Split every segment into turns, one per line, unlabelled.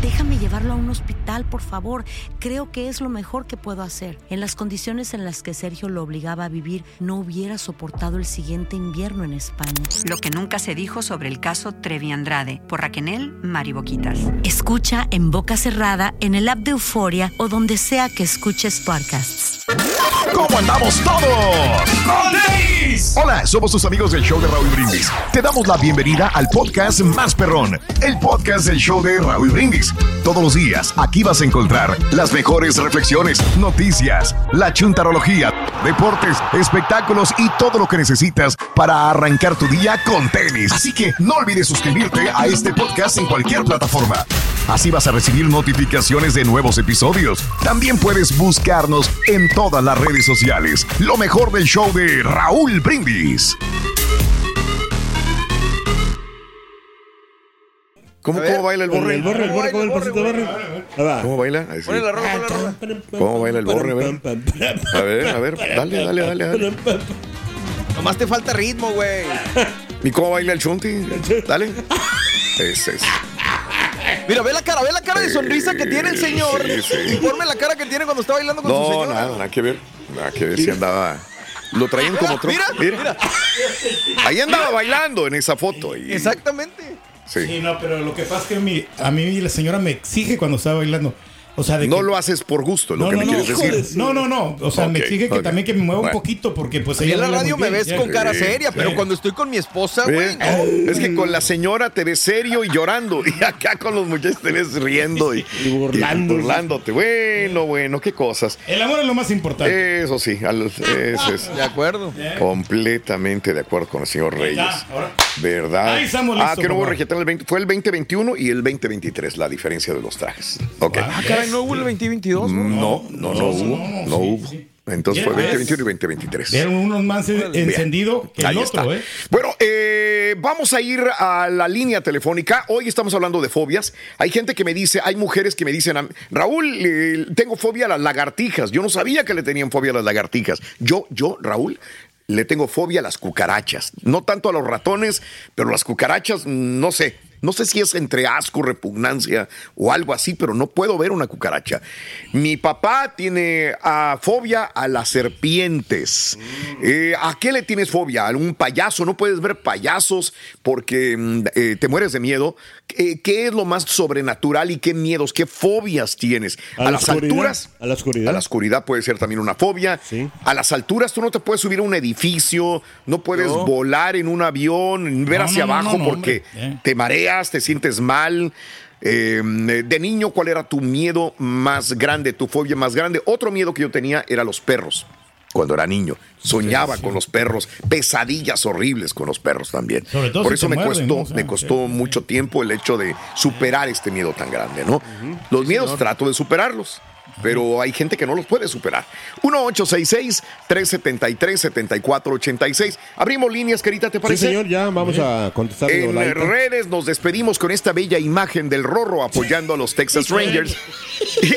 Déjame llevarlo a un hospital, por favor. Creo que es lo mejor que puedo hacer. En las condiciones en las que Sergio lo obligaba a vivir, no hubiera soportado el siguiente invierno en España.
Lo que nunca se dijo sobre el caso Trevi Andrade, por Raquenel Mariboquitas.
Escucha en boca cerrada, en el app de Euforia o donde sea que escuches podcasts.
¿Cómo andamos todos? Hola, somos tus amigos del show de Raúl Brindis. Te damos la bienvenida al podcast Más Perrón, el podcast del show de Raúl Brindis. Todos los días aquí vas a encontrar las mejores reflexiones, noticias, la chuntarología, deportes, espectáculos y todo lo que necesitas para arrancar tu día con tenis. Así que no olvides suscribirte a este podcast en cualquier plataforma. Así vas a recibir notificaciones de nuevos episodios. También puedes buscarnos en todas las redes sociales. Lo mejor del show de Raúl Brindis.
¿Cómo, cómo baila el borre?
El borre, el borre, con el pasito borre. Ahí va.
¿Cómo baila? Ahí sí. ¿Cómo baila el borre? A ver, a ver, a ver, dale, dale, dale. dale.
Nomás te falta ritmo, güey.
¿Y cómo baila el chunti? Dale. Es, es.
Ah, Mira, ve la cara, ve la cara de sonrisa que tiene el señor.
Sí, sí.
Y ponme la cara que tiene cuando está bailando con su
No,
señora.
nada, nada que ver. Nada que ver si andaba. Lo traían como otro.
Mira, mira,
Ahí andaba bailando en esa foto. y-
Exactamente.
Sí.
Sí, no, pero lo que pasa es que mi- a mí la señora me exige cuando está bailando. O sea, de
No
que-
lo haces por gusto, es lo
no,
que
no,
me
no,
quieres
hijo de
decir.
su- no, no, no. O sea, me
Ok,
exige que
ok.
también que me mueva
Bueno.
un poquito porque pues
Y
ella
en la
baila muy
radio me
bien,
ves
ya.
con cara
Sí,
seria, pero
sí.
cuando estoy con mi esposa, güey.
¿Ves? Es que con la señora te ves serio y llorando. Y acá con los muchachos te ves riendo y,
Y burlándose.
burlándote. Bueno, bueno, qué cosas.
El amor es lo más importante.
Eso sí, al- eso es.
De acuerdo.
Completamente de acuerdo con el señor Reyes.
Ya, ahora-
¿Verdad?
Ahí estamos
ah,
listos,
que no hubo
papá.
registrar el 20. Fue el 2021 y el 2023 la diferencia de los trajes. Ok.
Ah, caray, no hubo el 2022. güey?
No, no, no,
no,
hubo.
no,
No,
no, sí,
hubo.
sí.
Entonces fue
Bien,
2021 y 2023.
Vieron unos más encendido que
Ahí
el
está.
otro, ¿eh?
Bueno, eh, vamos a ir a la línea telefónica. Hoy estamos hablando de fobias. Hay gente que me dice, hay mujeres que me dicen, a mí, Raúl, eh, tengo fobia a las lagartijas. Yo no sabía que le tenían fobia a las lagartijas. Yo, yo, Raúl. Le tengo fobia a las cucarachas, no tanto a los ratones, pero las cucarachas, no sé, no sé si es entre asco, repugnancia o algo así, pero no puedo ver una cucaracha. Mi papá tiene ah, fobia a las serpientes.
Mm.
Eh, ¿A qué le tienes fobia? ¿A algún payaso? No puedes ver payasos porque mm, eh, te mueres de miedo. Eh, ¿Qué es lo más sobrenatural y qué miedos, qué fobias tienes?
A
¿A,
la
las
oscuridad,
alturas?
a la oscuridad.
A la oscuridad puede ser también una fobia.
Sí.
A las alturas tú no te puedes subir a un edificio, no puedes volar en un avión, ver
No,
hacia
no, no,
abajo
no, no,
porque
hombre. Eh.
te mareas, te sientes mal. Eh, de niño, ¿cuál era tu miedo más grande, tu fobia más grande? Otro miedo que yo tenía era los perros. Cuando era niño, soñaba con los perros, pesadillas horribles con los perros también.
Sobre todo
Por
si
eso
te
me
muerden,
costó,
¿no? O sea,
me
sí,
costó
sí.
mucho tiempo el hecho de superar este miedo tan grande, ¿no? Los miedos trato de superarlos. Pero hay gente que no los puede superar. 1-866-373-7486. Abrimos líneas, querida, ¿te
Sí,
parece?
señor, ya vamos a contestar.
En redes nos despedimos con esta bella imagen del Rorro apoyando a los Texas Rangers. y,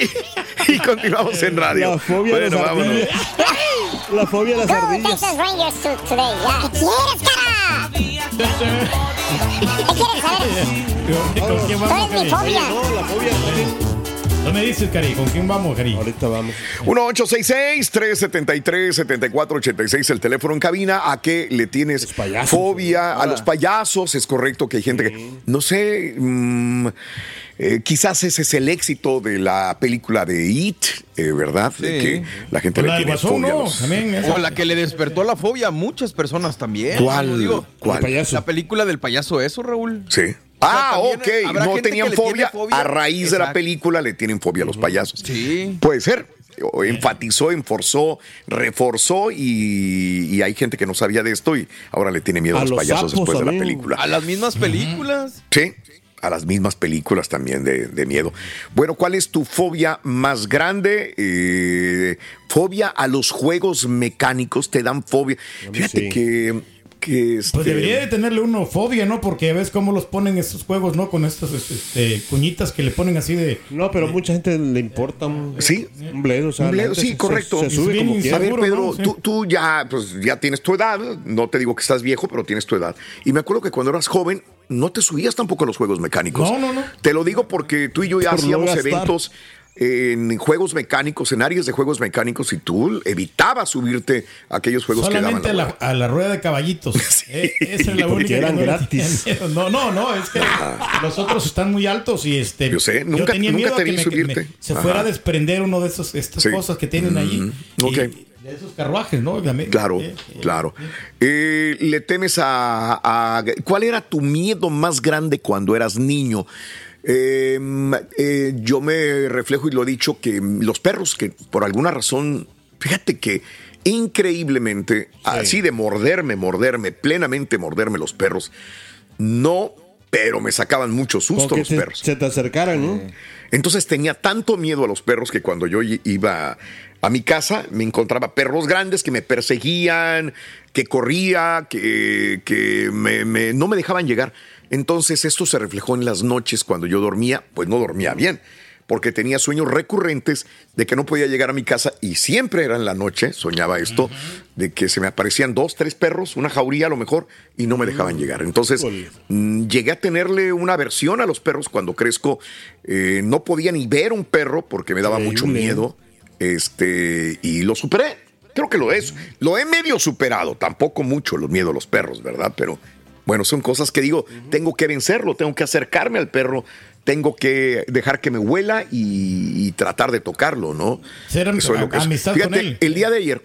y continuamos en radio.
La fobia de
bueno,
las
vámonos.
ardillas. La fobia de las
Go
ardillas.
Texas Rangers to- today, ya. ¿Qué quieres, cara? ¿Qué quieres saber?
¿Con quién
¿Cuál
vamos,
es mi
Cari?
fobia?
No, la fobia.
No me dices, Cari, ¿con quién vamos, Cari?
Ahorita vamos.
1-866-373-7486, el teléfono en cabina. ¿A qué le tienes
Los payasos,
fobia? A los payasos, es correcto que hay gente que. No sé, mm, eh, quizás ese es el éxito de la película de It, eh, ¿verdad? De
Sí.
que la gente
Con
le
la del
tiene
guasón,
fobia. a
¿no?
los-
También
¿eh?
¿eh? esa.
O la que le despertó la fobia a muchas personas también.
¿Cuál?
Digo,
¿Cuál?
El payaso.
La película del payaso eso, Raúl.
Sí.
O sea,
Ah,
también
ok.
habrá
No
gente
tenían
que le tiene
fobia.
fobia.
A raíz de la
Exacto.
película le tienen fobia a los payasos.
Sí.
Puede ser. O Enfatizó, enforzó, reforzó y, y hay gente que no sabía de esto y ahora le tiene miedo a,
A
los,
los
payasos
sapos
después de la
también.
película.
A las mismas películas.
Sí, a las mismas películas también de, de miedo. Bueno, ¿cuál es tu fobia más grande? Eh, fobia a los juegos mecánicos, te dan fobia.
mí
Fíjate
sí.
que, que este,
Pues debería de tenerle uno fobia, ¿no? Porque ves cómo los ponen estos juegos, ¿no? Con estas este, cuñitas que le ponen así de...
No, pero mucha gente le importa un,
Sí.
un bledo. O sea,
Un bledo,
la gente
sí,
se-
correcto.
Se, se sube
Es
como
bien
A
quiera.
ver,
Seguro,
Pedro,
¿no? Sí.
tú, tú ya, pues, ya tienes tu edad, no te digo que estás viejo, pero tienes tu edad. Y me acuerdo que cuando eras joven no te subías tampoco a los juegos mecánicos.
No, no, no.
Te lo digo porque tú y yo ya
Por no
hacíamos
gastar.
eventos en juegos mecánicos, en áreas de juegos mecánicos, y tú evitabas subirte a aquellos juegos
Solamente
que daban.
a
la
la,
vuelta.
a la rueda de caballitos. Eh, esa es la
porque
única que
eran
no le tenía
gratis.
miedo. No, no, no, es que los otros están muy altos y este.
Yo sé, nunca- nunca te
que
vi
me- que
subirte.
me- se
Ajá.
fuera a desprender uno de esos estas
Sí.
cosas que tienen allí.
Mm, ok.
Y de esos carruajes, ¿no? Obviamente.
Claro,
Eh, eh,
claro. Eh, le temes a, a- ¿Cuál era tu miedo más grande cuando eras niño? Eh, eh, yo me reflejo y lo he dicho que los perros que por alguna razón, fíjate que increíblemente, así de morderme, morderme, plenamente morderme los perros, no, pero me sacaban mucho
Como
susto
que
los
se,
perros.
se te acercaran, ¿no?
Entonces tenía tanto miedo a los perros que cuando yo i- iba a mi casa me encontraba perros grandes que me perseguían, que corría, que, que me- me- no me dejaban llegar. Entonces esto se reflejó en las noches cuando yo dormía, pues no dormía bien, porque tenía sueños recurrentes de que no podía llegar a mi casa y siempre era en la noche, soñaba esto, de que se me aparecían dos, tres perros, una jauría a lo mejor, y no me dejaban llegar. Entonces mm, llegué a tenerle una aversión a los perros cuando crezco. Eh, no podía ni ver un perro porque me daba mucho
Increíble.
miedo. Este, y lo superé. Creo que lo es. Lo he medio superado. Tampoco mucho los miedo a los perros, ¿verdad? Pero bueno, son cosas que digo, tengo que vencerlo, tengo que acercarme al perro, tengo que dejar que me huela y, y tratar de tocarlo, ¿no?
Ser am-
Eso es lo que es.
amistad con
Fíjate,
él.
el día de ayer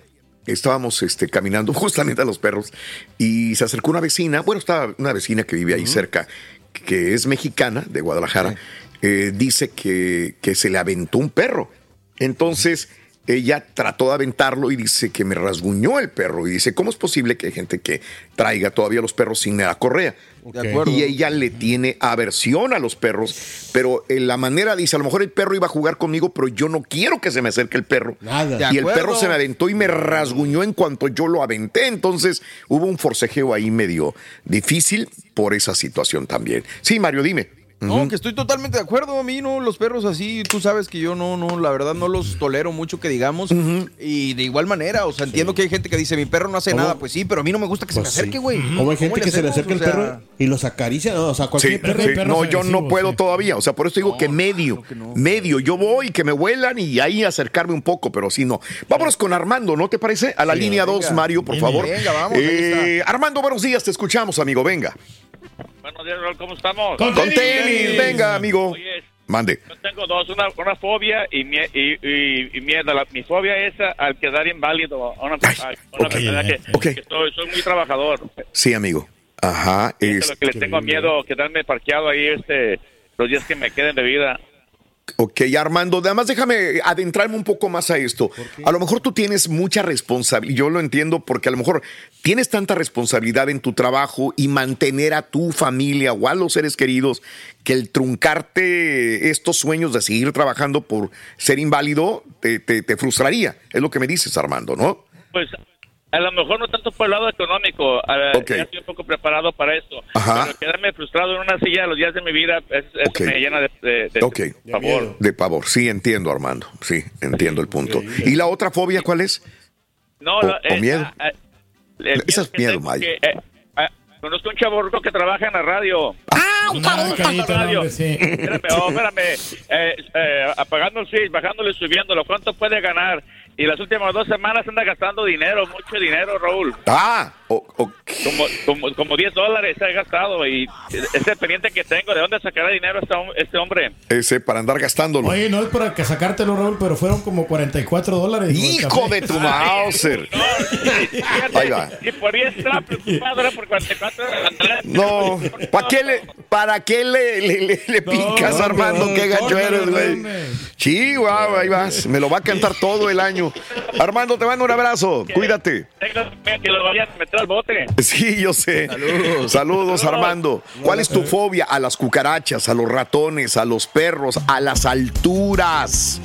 estábamos este, caminando justamente a los perros y se acercó una vecina, bueno, estaba una vecina que vive ahí cerca, que es mexicana de Guadalajara, eh, dice que, que se le aventó un perro. Entonces ella trató de aventarlo y dice que me rasguñó el perro y dice, ¿cómo es posible que hay gente que traiga todavía los perros sin la correa?
Ok.
De acuerdo.
Y ella le tiene aversión a los perros, pero en la manera dice, a lo mejor el perro iba a jugar conmigo, pero yo no quiero que se me acerque el perro.
Nada.
De
Y el
acuerdo.
perro se me aventó y me rasguñó en cuanto yo lo aventé. Entonces hubo un forcejeo ahí medio difícil por esa situación también. Sí, Mario, dime.
No, que estoy totalmente de acuerdo. A mí no, los perros así, tú sabes que yo no, no, la verdad no los tolero mucho que digamos. Y de igual manera, o sea, entiendo que hay gente que dice, mi perro no hace
¿Cómo?
nada. Pues sí, pero a mí no me gusta que
Pues
se me acerque,
sí.
güey.
Como hay gente que se le acerca
hacemos?
el
O sea,
perro y los acaricia, ¿no? O sea,
Sí,
cualquier perro.
sí.
hay perros
no, yo no
agresivos,
puedo
sí.
todavía. O sea, por eso digo que medio,
que no.
medio. Yo voy, que me vuelan y ahí acercarme un poco, pero sí no. Vámonos con Armando, ¿no te parece? A la línea 2, Mario, por
Venga,
favor.
venga, vamos, ahí
Eh, Armando, buenos días, te escuchamos, amigo. Venga.
Buenos días, Raúl, ¿cómo estamos?
Con
Con tenis,
tenis.
venga, amigo.
Oye,
Mande.
yo tengo dos, una, una fobia y, mie- y, y- y miedo. La- mi fobia es a- al quedar inválido, a una,
Ay,
a una
ok,
enfermedad que,
ok.
que soy, soy muy trabajador.
Sí, amigo. Ajá.
Es
es-
lo que le tengo miedo, quedarme parqueado ahí este los días que me queden de vida.
Ok, Armando, además déjame adentrarme un poco más a esto. A lo mejor tú tienes mucha responsabilidad, yo lo entiendo porque a lo mejor tienes tanta responsabilidad en tu trabajo y mantener a tu familia o a los seres queridos que el truncarte estos sueños de seguir trabajando por ser inválido te, te- te frustraría. Es lo que me dices, Armando, ¿no?
Pues a lo mejor no tanto por el lado económico, a-
Ok.
ya estoy un poco preparado para eso.
Ajá.
Pero quedarme frustrado en una silla los días de mi vida, es- eso
Ok.
me llena de, de, de
Ok. De
favor.
De pavor, sí, entiendo, Armando. Sí, entiendo el punto. ¿Y la otra fobia cuál es?
No,
O-
la-
o miedo.
ah, ah, el
Ese es
que
miedo,
tengo
Mayo.
que, eh, ah, conozco un chavo ruco que trabaja en la radio.
Ay,
No,
carita.
carita, no, hombre, sí.
Espérame, oh, espérame. Eh, eh, apagando el switch, bajándole, subiéndolo. ¿Cuánto puede ganar? Y las últimas dos semanas anda gastando dinero, mucho dinero, Raúl.
Ah, o- ok.
Como, como, como 10 dólares ha gastado. Y ese pendiente que tengo, ¿de dónde sacará dinero este, hom- este hombre?
Ese para andar gastándolo.
Oye, no es para que sacártelo, Raúl, pero fueron como 44 dólares. ¿no? El
¡Hijo
café.
de tu Mauser!
No, fíjate,
Ahí va.
Si por ahí está preocupado, era por 44 dólares.
No, ¿para qué le, para qué le, le- le- le picas,
no,
Armando?
no,
¡Qué gacho
no,
eres,
no,
güey!
no,
Chihuahua, ahí vas. Me lo va a cantar todo el año. Armando, te mando un abrazo. Cuídate.
Tengo que lo vayan a meter al bote.
Sí, yo sé. Saludos. Armando. ¿Cuál es tu fobia? A las cucarachas, a los ratones, a los perros, a las alturas.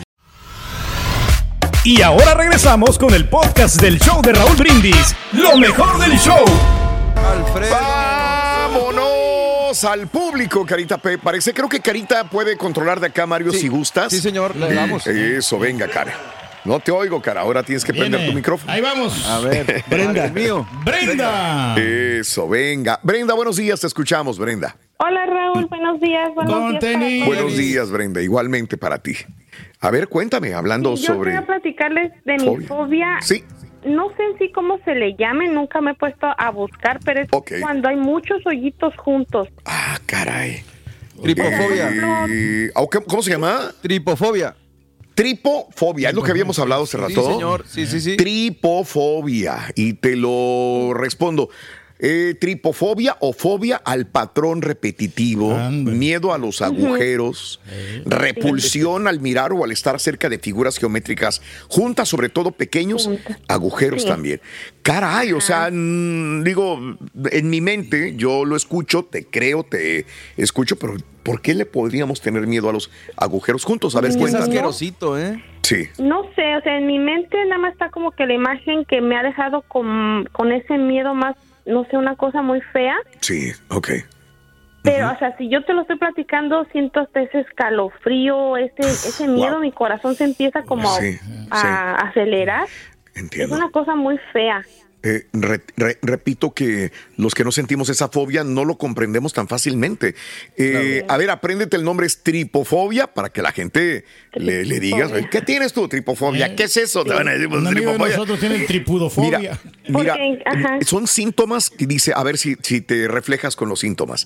Y ahora regresamos con el podcast del show de Raúl Brindis. Lo mejor del show.
Alfredo.
Vámonos al público, Carita P. Parece, creo que Carita puede controlar de acá, Mario,
Sí,
si gustas.
sí, señor, le damos.
Eso, venga, cara. No te oigo, cara. Ahora tienes que prender
Viene.
tu micrófono.
Ahí vamos.
A ver, Brenda. mío.
Brenda.
Eso, venga. Brenda, buenos días, te escuchamos, Brenda.
Hola Raúl, buenos días. Buenos
Con
días para
tenis.
todos.
Buenos días, Brenda. Igualmente para ti. A ver, cuéntame, hablando
Yo
sobre.
quería platicarles de mi
Fobia.
fobia.
Sí.
No sé en sí cómo se le llame, nunca me he puesto a buscar, pero es
Ok.
cuando hay muchos hoyitos juntos.
Ah, caray.
Tripofobia.
Eh, ¿au- qué- ¿Cómo se llama?
Tripofobia.
Tripofobia, es lo que habíamos hablado hace
Sí,
rato.
señor. Sí, sí, sí.
Tripofobia. Y te lo respondo. Eh, tripofobia o fobia al patrón repetitivo,
Ándale.
miedo a los agujeros, repulsión al mirar o al estar cerca de figuras geométricas juntas, sobre todo pequeños
Juntas.
agujeros
Sí.
también. Caray, o sea, mm, digo, en mi mente yo lo escucho, te creo, te escucho, pero ¿por qué le podríamos tener miedo a los agujeros juntos? A ver,
Es que es
cuéntame.
asquerosito, ¿eh?
Sí.
No sé, o sea, en mi mente nada más está como que la imagen que me ha dejado con, con ese miedo más, no sé, una cosa muy fea.
Sí, ok.
Pero, o sea, si yo te lo estoy platicando, siento hasta ese escalofrío, ese, ese miedo,
Wow.
mi corazón se empieza como a-
Sí,
a, acelerar. Es
Entiendo.
una cosa muy fea.
Eh, re- re- repito que los que no sentimos esa fobia no lo comprendemos tan fácilmente. Eh, A ver, apréndete el nombre, es tripofobia, para que la gente le, le digas,
Tripofobia. Eh,
¿qué tienes tú, tripofobia? ¿Qué es eso? Te van a decir, pues,
Un amigo de
tripofobia.
nosotros tiene tripudofobia.
Mira,
Porque,
mira,
ajá.
son síntomas que dice, a ver si, si te reflejas con los síntomas.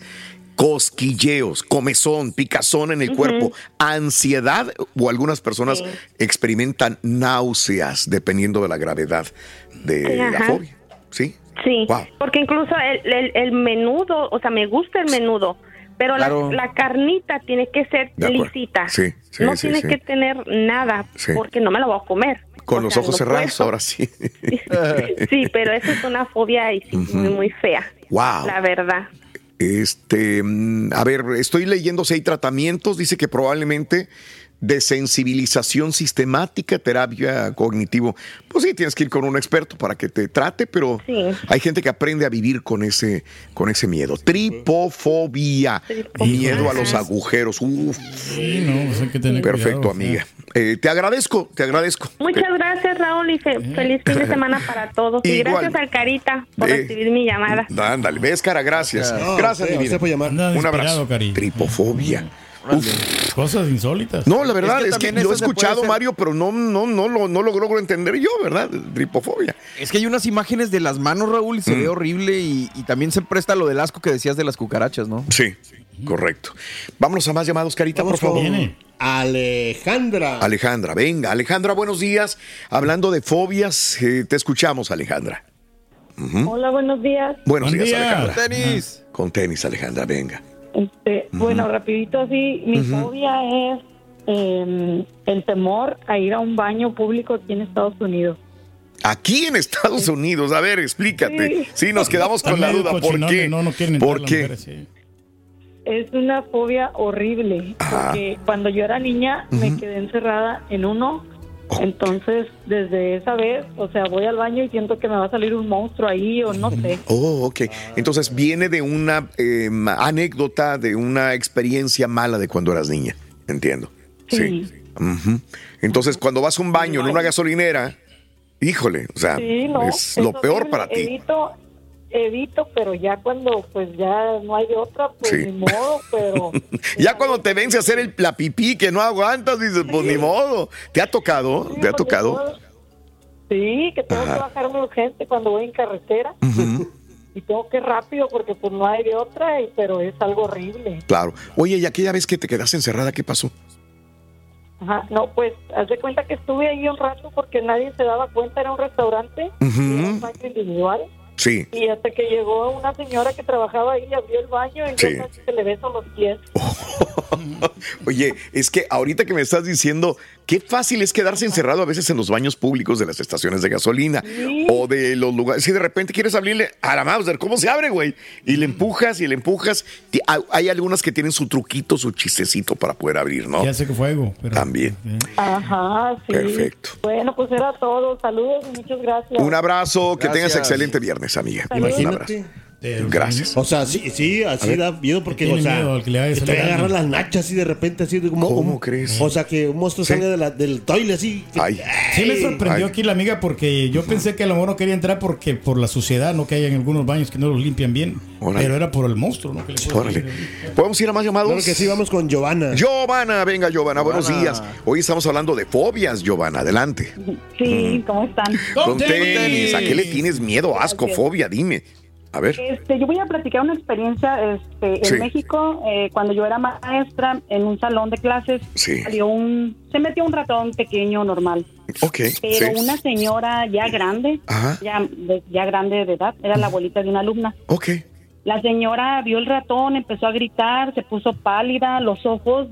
Cosquilleos, comezón, picazón en el cuerpo, ansiedad o algunas personas experimentan náuseas dependiendo de la gravedad de
Sí,
eh, la
ajá.
fobia. ¿Sí?
Sí,
Wow.
porque incluso el, el- el menudo, o sea, me gusta el menudo, pero la-
Claro.
la, carnita tiene que ser
De acuerdo.
lisita.
Sí, sí,
no
sí,
tiene
sí.
que tener nada,
Sí.
porque no me lo voy a comer.
Con
O
los
sea,
ojos
no
cerrados,
puedo.
ahora sí.
sí, pero esa es una fobia y sí, muy, muy fea,
wow.
la verdad.
Este, mm, a ver, estoy leyendo si hay tratamientos. Dice que probablemente desensibilización sistemática, terapia cognitivo. Pues sí, tienes que ir con un experto para que te trate, pero
Sí.
hay gente que aprende a vivir con ese, con ese miedo. Tripofobia,
Tripofobia.
miedo a los
Ajá.
agujeros. Uf,
Sí, no, o sea, hay que tener
perfecto,
cuidado, o sea.
amiga. Eh, te agradezco, te agradezco.
Muchas
Eh,
gracias, Raúl, y fe- feliz fin de semana para todos. Y
Igual.
gracias al Carita por
Eh,
recibir mi llamada.
Ándale, ves, cara, gracias.
No,
gracias,
usted-
mi vida.
usted puede llamar.
Anda
Un abrazo.
desesperado, cari.
Tripofobia.
Mm. Cosas insólitas.
No, la verdad
que
es que,
también
lo he
esa se puede
escuchado,
hacer-
Mario, pero no, no, no, lo, no lo logro entender yo, ¿verdad? Tripofobia.
Es que hay unas imágenes de las manos, Raúl, y se
Mm.
ve horrible. Y, y también se presta lo del asco que decías de las cucarachas, ¿no?
Sí, correcto. Vámonos a más llamados, Carita,
Vamos
por favor.
con Alejandra.
Alejandra, venga. Alejandra, buenos días. Hablando de fobias, eh, te escuchamos, Alejandra.
Hola, buenos días.
¿Mm? Buenos
Buen
días,
día.
Alejandra.
Tenis.
Con tenis, Alejandra, venga.
Este, Bueno, rapidito así, mi fobia es eh, el temor a ir a un baño público aquí en Estados Unidos.
Aquí en Estados Unidos, a ver, explícate. Sí, nos quedamos
Está
con la
medio
duda. ¿Por
cochinón,
qué?
No, no quieren entrar
¿Por
las
qué?
mujeres, sí.
Es una fobia horrible,
Ajá.
porque cuando yo era niña me
Ujú.
quedé encerrada en uno,
Ok.
entonces desde esa vez, o sea, voy al baño y siento que me va a salir un monstruo ahí o no sé.
Oh, ok. Entonces viene de una eh, anécdota, de una experiencia mala de cuando eras niña. Entiendo. Sí.
Sí.
Ujú. Entonces, cuando vas a un baño en una gasolinera, híjole, o sea,
Sí, no,
ah, es lo peor
horrible,
para ti.
Evito, evito, pero ya cuando pues ya no hay otra, pues
Sí.
ni modo, pero...
Ya cuando te vence a hacer el, la pipí que no aguantas, dices, pues ni modo. ¿Te ha tocado?
Sí,
¿Te ha
porque
tocado?
todo- Sí, que tengo
Ajá.
que bajarme urgente cuando voy en carretera
Ujú,
y tengo que ir rápido porque pues no hay de otra, y- pero es algo horrible.
Claro. Oye, y aquella vez que te quedaste encerrada, ¿qué pasó?
Ajá. No, pues haz de cuenta que estuve ahí un rato porque nadie se daba cuenta, era un restaurante,
Ujú.
era un baño individual
Sí.
y hasta que llegó una señora que trabajaba ahí, abrió el baño y
Sí.
yo casi que le beso los pies.
Oye, es que ahorita que me estás diciendo, qué fácil es quedarse encerrado a veces en los baños públicos de las estaciones de gasolina
Sí.
o de los lugares. Si de repente quieres abrirle a la Mauser, ¿cómo se abre, güey? Y le empujas y le empujas. Ti- ha- Hay algunas que tienen su truquito, su chistecito para poder abrir, ¿no?
Ya sé que fuego. Pero,
También.
Sí.
Ajá, sí.
Perfecto.
Bueno, pues era todo. Saludos y muchas gracias.
Un abrazo, que tengas
Gracias.
excelente viernes, amiga. Un abrazo.
Imagínate.
Este, Gracias.
O sea, sí, sí así da miedo porque, o sea, que te agarran las nachas así de repente, así de como.
¿Cómo
un-
crees?
O sea, que un monstruo
Sí.
salga de la- del toile así.
Ay.
Sí me sorprendió aquí la amiga porque yo pensé que a lo mejor no quería entrar porque por la suciedad, no que hay en algunos baños que no los limpian bien,
Órale.
pero era por el monstruo, ¿no? Que le-
Órale. ¿Podemos ir a más llamados?
Claro que sí, vamos con Giovanna.
Giovanna, venga, Giovanna, buenos
Giovanna.
días. Hoy estamos hablando de fobias, Giovanna, adelante.
Sí, ¿cómo están?
Con tenis, ¿a qué le tienes miedo, asco,
Gracias.
fobia? Dime. A ver.
Este, yo voy a platicar una experiencia este, en
Sí.
México. eh, cuando yo era maestra en un salón de clases,
Sí.
salió un, se metió un ratón pequeño normal.
Ok.
Pero
sí.
una señora ya grande,
Ajá.
ya, de- ya grande de edad, era la abuelita de una alumna.
Ok.
La señora vio el ratón, empezó a gritar, se puso pálida, los ojos,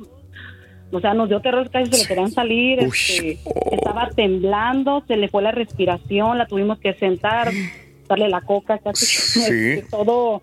o sea, nos dio terror, casi se le querían salir, este, estaba temblando, se le fue la respiración, la tuvimos que sentar, darle la coca, casi este, todo,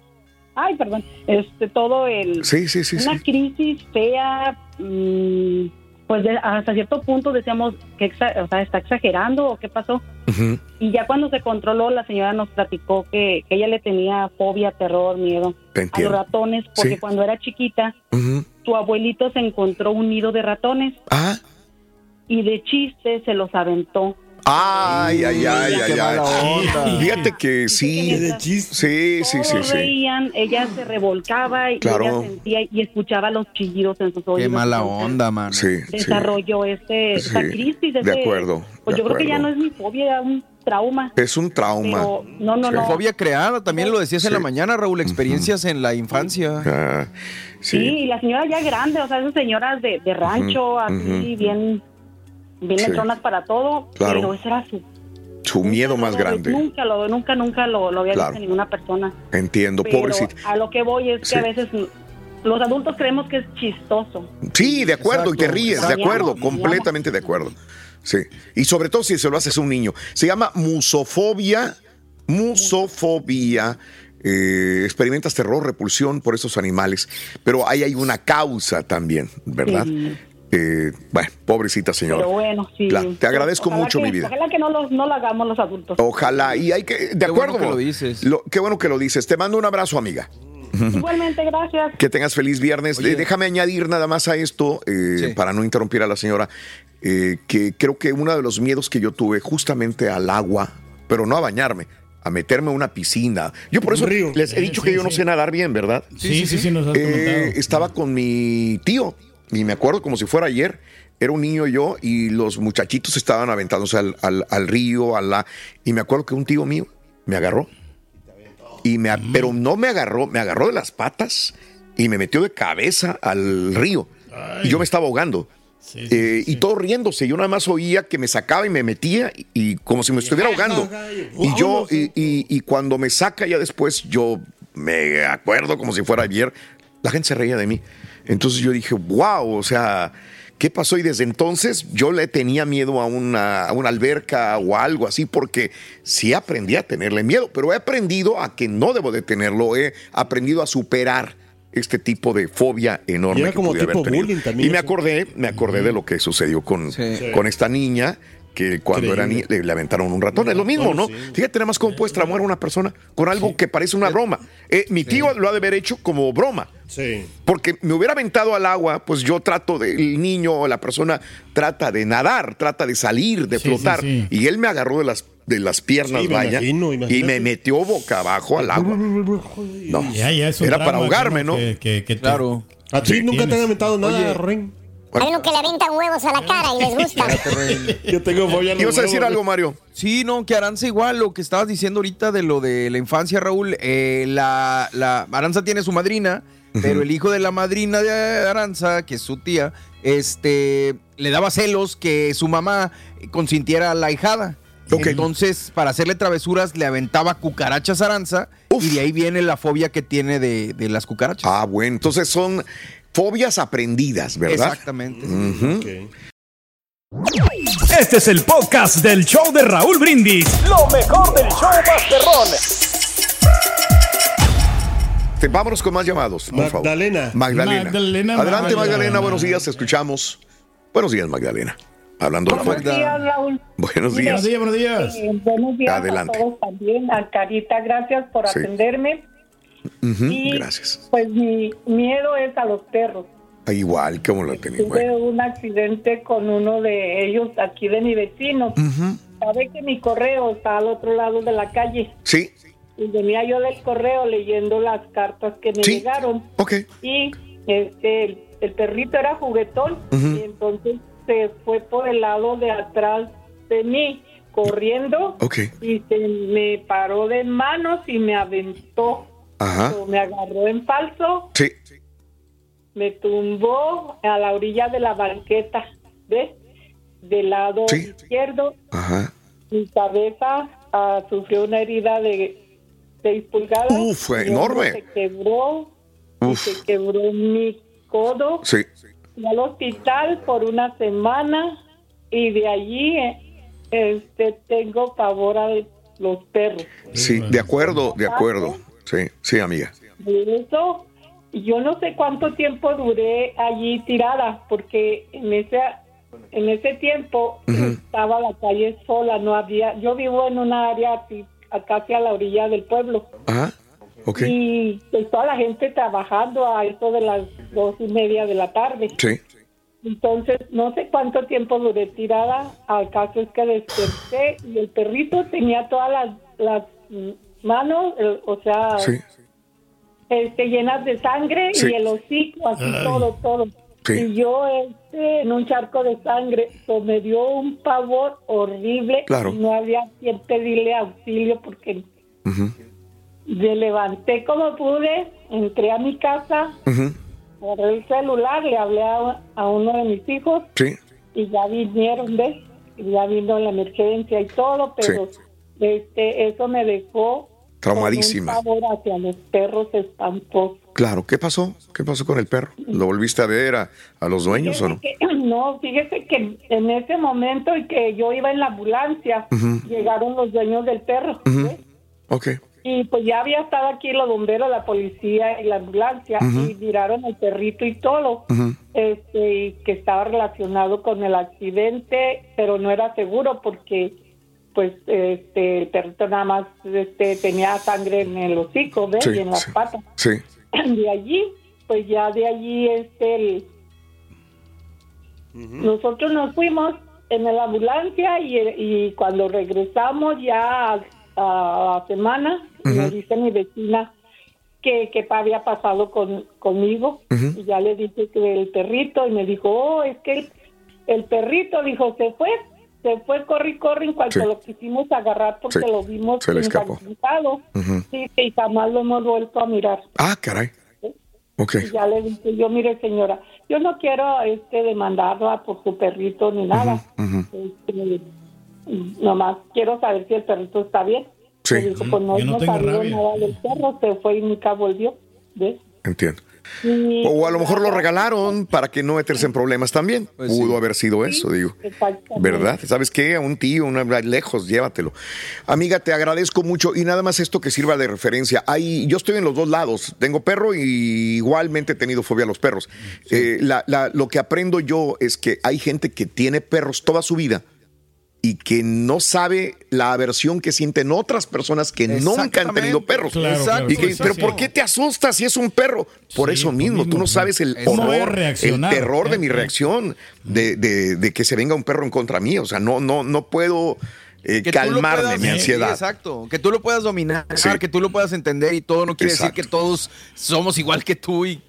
ay, perdón, este, todo el,
Sí, sí, sí,
una
sí.
crisis fea, mm, pues de- hasta cierto punto decíamos que exa- o sea, está exagerando o qué pasó.
Ujú.
Y ya cuando se controló, la señora nos platicó que, que ella le tenía fobia, terror, miedo
Te
a los
entiendo.
ratones, porque
Sí.
cuando era chiquita,
Ujú.
tu abuelito se encontró un nido de ratones
Ah.
y de chiste se los aventó.
Ay, ay, ay,
Qué
ay, ay.
mala onda.
Fíjate que sí. Sí, sí, sí,
Todos
sí.
reían, ella se revolcaba y
Claro.
ella sentía y escuchaba los chillidos en sus oídos.
Qué mala
Entonces,
onda, man.
Sí, sí.
Desarrolló este, esta
Sí,
crisis.
de
ese-
acuerdo,
Pues
de
yo creo que ya no
acuerdo.
es mi fobia, era un trauma.
Es un trauma.
Pero, no, no,
Sí.
no.
Fobia creada, también lo decías en la
Sí.
mañana, Raúl, experiencias en la infancia.
Ah, sí.
Sí. y la señora ya grande, o sea, esas señoras de, de rancho,
Ujú,
así,
ujú.
bien, bien
Sí.
lechonas para todo.
Claro.
Pero ese era su
Su miedo más
Pues
grande.
Nunca lo, nunca, nunca lo, lo había
Claro.
visto en ninguna persona.
Entiendo,
Pero
pobrecito.
a lo que voy es que
Sí.
a veces los adultos creemos que es chistoso.
Sí, de acuerdo, y te ríes, de
Extrañamos,
acuerdo,
extrañamos.
completamente de acuerdo. Sí. Y sobre todo si se lo haces a un niño. Se llama musofobia, musofobia. Eh, experimentas terror, repulsión por esos animales, pero ahí hay una causa también, ¿verdad?
Sí.
Eh, bueno, pobrecita señora.
Pero bueno, sí.
Claro, te agradezco
Ojalá
mucho,
que-
mi vida.
Ojalá que no lo, no lo hagamos los adultos.
Ojalá, y hay que, de acuerdo.
que lo
dices. qué bueno que lo dices. Te mando un abrazo, amiga.
Igualmente, gracias.
Que tengas feliz viernes. Eh, Déjame añadir nada más a esto, eh, para no interrumpir a la señora, eh, que creo que uno de los miedos que yo tuve justamente al agua, pero no a bañarme, a meterme a una piscina. Yo por
Un
eso
río.
les he dicho que yo no sé nadar bien, ¿verdad?
Sí, sí, sí, nos has
Eh,
comentado.
estaba con mi tío y me acuerdo como si fuera ayer. Era un niño yo y los muchachitos estaban aventándose al, al- al río, a la... Y me acuerdo que un tío mío me agarró. Y me, a- Pero no me agarró, me agarró de las patas y me metió de cabeza al río. Y yo me estaba ahogando. Eh, Y todo riéndose. Yo nada más oía que me sacaba y me metía y, y como si me estuviera ahogando. Y yo, y, y- y cuando me saca ya después, yo me acuerdo como si fuera ayer, la gente se reía de mí. Entonces yo dije, wow, o sea, ¿qué pasó? Y desde entonces yo le tenía miedo a una, a una alberca o algo así, porque sí aprendí a tenerle miedo, pero he aprendido a que no debo de tenerlo, he aprendido a superar este tipo de fobia enorme.
Y era
que
como
pude haber
tipo
tenido.
bullying también
Y me
eso.
acordé, me acordé de lo que sucedió con,
Sí.
con esta niña que cuando era niña le, le aventaron un ratón. Es lo mismo, ¿no? Fíjate nada más cómo puedes tramar a una persona con algo que parece una broma. Eh, mi tío lo ha de haber hecho como broma.
Sí.
Porque me hubiera aventado al agua, pues yo trato de, el niño o la persona trata de nadar, trata de salir, de
Sí,
flotar.
sí,
Y él me agarró de las, de las piernas,
Sí, me
vaya,
imagino,
y
imagínate.
me metió boca abajo al agua. No,
Ya, ya es un
era para
trauma que
ahogarme, ¿no?
Que, que- que te-
Claro.
A ti
Sí,
nunca te
tienes.
han aventado nada,
Oye.
Ren.
Hay uno que le aventan huevos a la cara y les gusta.
Yo tengo fobia a los
Ah, ¿Ibas a decir
huevos.
algo, Mario?
Sí, no, que Aranza igual, lo que estabas diciendo ahorita de lo de la infancia, Raúl, eh, la, la- Aranza tiene su madrina, pero el hijo de la madrina de Aranza, que es su tía, este, le daba celos que su mamá consintiera a la hijada.
Ok.
Entonces, para hacerle travesuras, le aventaba cucarachas a Aranza, y de ahí viene la fobia que tiene de, de las cucarachas.
Ah, bueno, entonces son fobias aprendidas, ¿verdad?
Exactamente.
Ujú.
Ok.
Este es el podcast del show de Raúl Brindis.
Lo mejor del show Masterrón.
Te- vámonos con más llamados, por favor.
Magdalena.
Magdalena.
Magdalena,
Adelante, Magdalena.
Magdalena.
Buenos días, te escuchamos. Buenos días, Magdalena. Hablando de
Buenos
Magda-
días, Raúl.
Buenos días.
Buenos días, buenos días.
Eh, buenos días
Adelante.
a todos también. A Carita, gracias por
Sí.
atenderme.
Ujú,
Y,
Gracias.
Pues mi miedo es a los perros.
Ah, Igual, como lo tenía.
Tuve un accidente con uno de ellos aquí de mi vecino. Sabe que mi correo está al otro lado de la calle.
Sí.
Y venía yo del correo leyendo las cartas que me llegaron. Y este, el, el perrito era juguetón.
Ujú.
Y entonces se fue por el lado de atrás de mí, corriendo.
Ok.
Y se me paró de manos y me aventó.
Ajá.
O Me agarró en falso.
Sí.
Me tumbó a la orilla de la banqueta. ¿Ves? Del lado izquierdo.
Ajá.
Mi cabeza ah, sufrió una herida de 6 pulgadas.
Uf, fue
Mi hombro
enorme.
Se quebró. y
Uf.
Se quebró mi codo.
Sí.
Fui al hospital por una semana y de allí eh, este, tengo pavor a los perros.
Sí, de acuerdo, de acuerdo. Sí, sí, amiga.
De eso, yo no sé cuánto tiempo duré allí tirada, porque en ese, en ese tiempo
Ujú.
estaba la calle sola, no había, yo vivo en una área así, a- casi a la orilla del pueblo.
Ajá. Ok.
Y pues, toda la gente trabajando a eso de las dos y media de la tarde.
Sí.
Entonces, no sé cuánto tiempo duré tirada. Al caso es que desperté y el perrito tenía todas las, las mm, manos, el- o sea,
Sí.
este, llenas de sangre
Sí.
y el hocico, así
Ay.
todo, todo.
Sí.
Y yo este, en un charco de sangre, so, me dio un pavor horrible.
Claro.
No había quien pedirle auxilio porque me levanté como pude, entré a mi casa,
Ujú.
agarré el celular, le hablé a, a uno de mis hijos
Sí.
y ya vinieron, ¿ves? Y Ya vino la emergencia y todo, pero este, eso me dejó
Traumadísima.
con un pavor hacia los perros espantosos.
Claro. ¿Qué pasó? ¿Qué pasó con el perro? ¿Lo volviste a ver a, a los dueños o no?
Fíjese que- no, fíjese que en ese momento y que yo iba en la ambulancia,
Ujú.
llegaron los dueños del perro.
Ujú. Ok.
Y pues ya había estado aquí los bomberos, la policía y la ambulancia
Ujú.
y miraron el perrito y todo.
Ujú.
Este, y que estaba relacionado con el accidente, pero no era seguro porque pues este el perrito nada más este tenía sangre en el hocico, ¿ves?
Sí,
y en las
sí.
patas.
Sí.
De allí, pues ya de allí este el- nosotros nos fuimos en la ambulancia y, y cuando regresamos ya a, a la semana, me
Ujú.
dice mi vecina que, que pa- había pasado con, conmigo.
Ujú.
Y ya le dije que el perrito y me dijo, oh, es que el, el perrito, dijo, se fue, se fue, corre, y corre, en cuanto
Sí.
lo quisimos agarrar porque
Sí.
lo vimos
Se le escapó.
ensangrentado.
Ujú.
Sí, y jamás lo hemos vuelto a mirar.
Ah, caray. Ok.
Y ya le dije yo, mire señora, yo no quiero este demandarla por su perrito ni nada.
Ujú.
Este, nomás quiero saber si el perrito está bien.
Sí.
Me dijo, pues no
Que no
hemos
tenga
sabido
rabia.
nada del perro, se fue y nunca volvió. ¿Ves?
Entiendo.
Y-
O a lo mejor lo regalaron para que no meterse en problemas también.
Pues
Pudo haber sido eso, digo.
Exactamente.
¿Verdad? ¿Sabes qué? A un tío, una, lejos, llévatelo. Amiga, te agradezco mucho y nada más esto que sirva de referencia. Hay, yo estoy en los dos lados. Tengo perro y igualmente he tenido fobia a los perros. Eh, la- la- lo que aprendo yo es que hay gente que tiene perros toda su vida y que no sabe la aversión que sienten otras personas que nunca han
Exactamente.
tenido perros.
Claro, claro,
Y que,
sí, sí,
pero
sí.
¿por qué te asustas si es un perro? Por eso mismo, tú no sabes el
¿Cómo voy a
horror, el
reaccionar?
terror de mi reacción, de, de- de que se venga un perro en contra mí. O sea, no, no, no puedo eh,
Que tú lo
calmarme
puedas-
mi
sí,
ansiedad.
exacto. Que tú lo puedas dominar,
Sí.
que tú lo puedas entender y todo. No quiere
Exacto. Eh,
decir que todos somos igual que tú y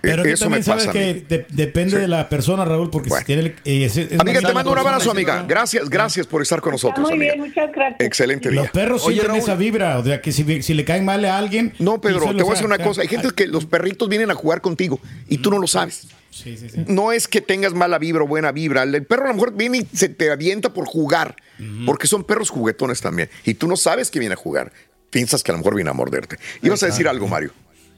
Pero que
eso
también
me
sabes
pasa a
que
mí.
de- depende de la persona, Raúl, porque si tiene... el- eh, es- es
Amiga,
más
te mando un
alto,
abrazo,
¿no?
amiga. Gracias, gracias por estar con nosotros,
Muy
amiga.
bien, muchas gracias.
Excelente día.
Los perros
Oye,
sienten
Raúl,
esa vibra, o sea, que si, si le caen mal a alguien...
No, Pedro,
y solo,
te voy a
o
decir
sea,
una
o sea,
cosa. Hay gente que los perritos vienen a jugar contigo y tú no lo sabes.
Sí, sí, sí.
No es que tengas mala vibra o buena vibra. El perro a lo mejor viene y se te avienta por jugar, porque son perros juguetones también. Y tú no sabes que viene a jugar. Piensas que a lo mejor viene a morderte. Ibas a decir algo, Mario.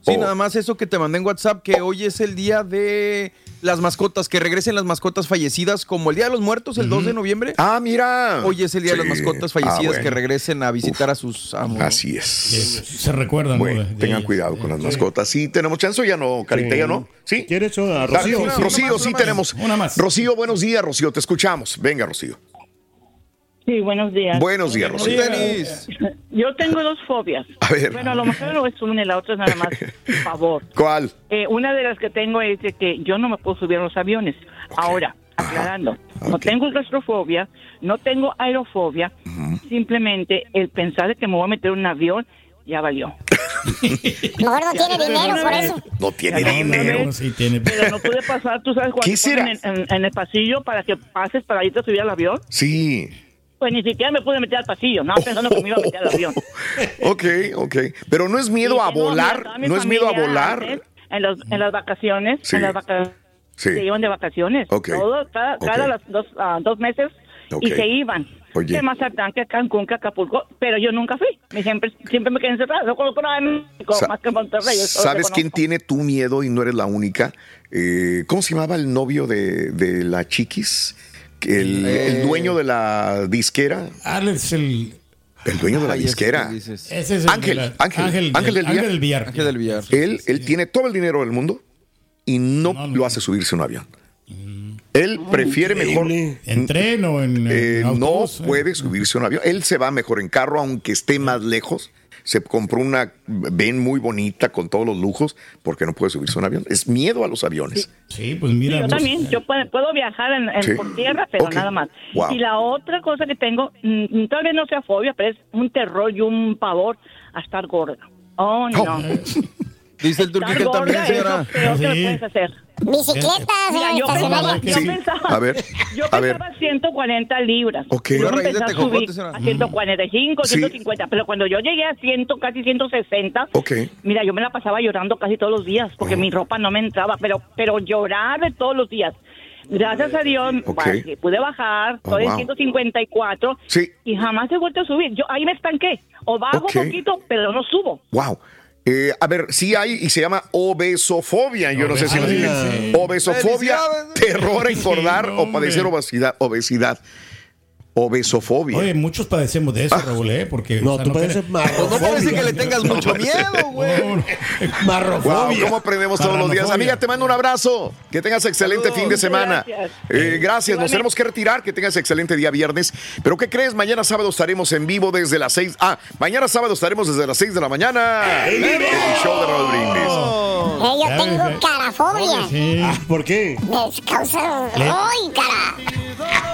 Sí,
Oh.
nada más eso que te mandé en WhatsApp, que hoy es el día de las mascotas, que regresen las mascotas fallecidas, como el Día de los Muertos, el 2 de noviembre.
Ah, mira.
Hoy es el Día de
Sí.
las Mascotas
Ah,
Fallecidas,
bueno.
que regresen a visitar a sus amos.
Así es.
Se recuerdan.
Bueno, tengan cuidado con las mascotas. Sí, tenemos chance o ya no, Carita, ya no. ¿Sí?
Eh, ¿Quieres una,
Rocío,
Rocío?
Rocío, sí tenemos.
Una más.
Rocío, buenos días, Rocío, te escuchamos. Venga, Rocío.
Sí, buenos días.
Buenos días, Rosy.
Tenis.
Yo tengo dos fobias.
A ver.
Bueno, a lo mejor no es una, la otra es nada más favor.
¿Cuál?
Eh, una de las que tengo es de que yo no me puedo subir a los aviones. Ahora, aclarando, no tengo claustrofobia, no tengo aerofobia, simplemente el pensar de que me voy a meter en un avión ya valió.
Mejor no tiene dinero por eso.
No tiene
Ya, ya, ya,
dinero.
ya. Pero no pude pasar, tú sabes, cuando
¿Qué será?
ponen en, en- en el pasillo para que pases para irte a subir al avión.
Sí.
Pues ni siquiera me pude meter al pasillo, no pensando que me iba a meter al avión.
Ok, ok. Pero no es miedo a volar.
Estaba mi
No es miedo a
familia
volar.
antes, En, los- en las vacaciones,
Sí.
en las vaca-
Sí.
se iban de vacaciones.
Ok.
Todo, cada, cada
Ok.
las dos, ah, dos meses y
Ok.
se iban.
Oye.
Que Mazatlán, que Cancún, que Acapulco, pero yo nunca fui. Me siempre, siempre me quedé encerrado. No conozco nada de México,
Sa-
más que Monterrey. yo solo
¿Sabes
conozco.
quién tiene tu miedo y no eres la única? Eh, ¿Cómo se llamaba el novio de, de la chiquis? El, el
Eh.
dueño de la disquera.
Alex, el.
El dueño de la
Ay, ese
disquera.
que dices. Ese es el de
Ángel,
la-
Ángel,
Ángel
Ángel, del
del-
Villar.
Ángel del Villar. Ángel del
Villar. Él, él tiene todo el dinero del mundo y no, lo hace subirse a un avión. Él prefiere mejor.
Mm. En tren o en. en
Eh, no
autobús, eh.
puede subirse a un avión. Él se va mejor en carro, aunque esté más lejos. Se compró una ven muy bonita con todos los lujos porque no puede subirse a un avión. Es miedo a los aviones.
Sí, pues mira.
Yo
pues,
también, yo puedo, puedo viajar en, en-
Sí.
por tierra, pero nada más.
Wow.
Y la otra cosa que tengo, mm, tal vez no sea fobia, pero es un terror y un pavor a estar gorda. Oh, no.
Dice el
Estar
turquito también,
gorda es lo
señora.
peor que me puedes hacer.
Bicicletas,
Mira, yo pensaba,
estacionarias.
yo
Sí.
pensaba,
A ver,
yo
a ver.
pensaba 140 libras.
Ok.
Yo
Una raíz de
empecé a
tejocote,
subir
señora.
a 145,
Sí.
150, pero cuando yo llegué a 100, casi 160,
Ok.
Mira, yo me la pasaba llorando casi todos los días
Oh.
porque mi ropa no me entraba, pero pero llorar de todos los días. Gracias a Dios
Ok.
bueno, que pude bajar,
Oh,
estoy en
wow.
154
Sí.
y jamás he vuelto a subir. Yo ahí me estanqué, o bajo
Ok.
poquito, pero no subo.
Wow. Eh, a ver, sí hay y se llama obesofobia. Yo no sé si lo dije.
Obesidad.
Obesofobia,
Felicidades.
terror a engordar
Sí, no,
o padecer
hombre.
obesidad. obesidad. Obesofobia.
Oye, muchos padecemos de
Ah.
eso, Raúl, ¿eh? Porque.
No, tú
puedes
pareces marrofobia.
Pues no parece que le tengas mucho miedo, güey.
Wow,
Marrofobia.
¿Cómo aprendemos todos los días?
Parranofobia.
Amiga, te mando un abrazo. Que tengas excelente
Saludos.
fin de semana.
Gracias.
Eh, gracias, nos
Igualmente.
tenemos que retirar. Que tengas excelente día viernes. Pero ¿qué crees? Mañana sábado estaremos en vivo desde las 6. Ah, mañana sábado estaremos desde las 6 de la mañana. En el show de Raúl Brindis.
oh.
Eh, yo tengo carafobia.
Sí.
Ah, ¿Por qué?
Me causa... ¡Ay, cara!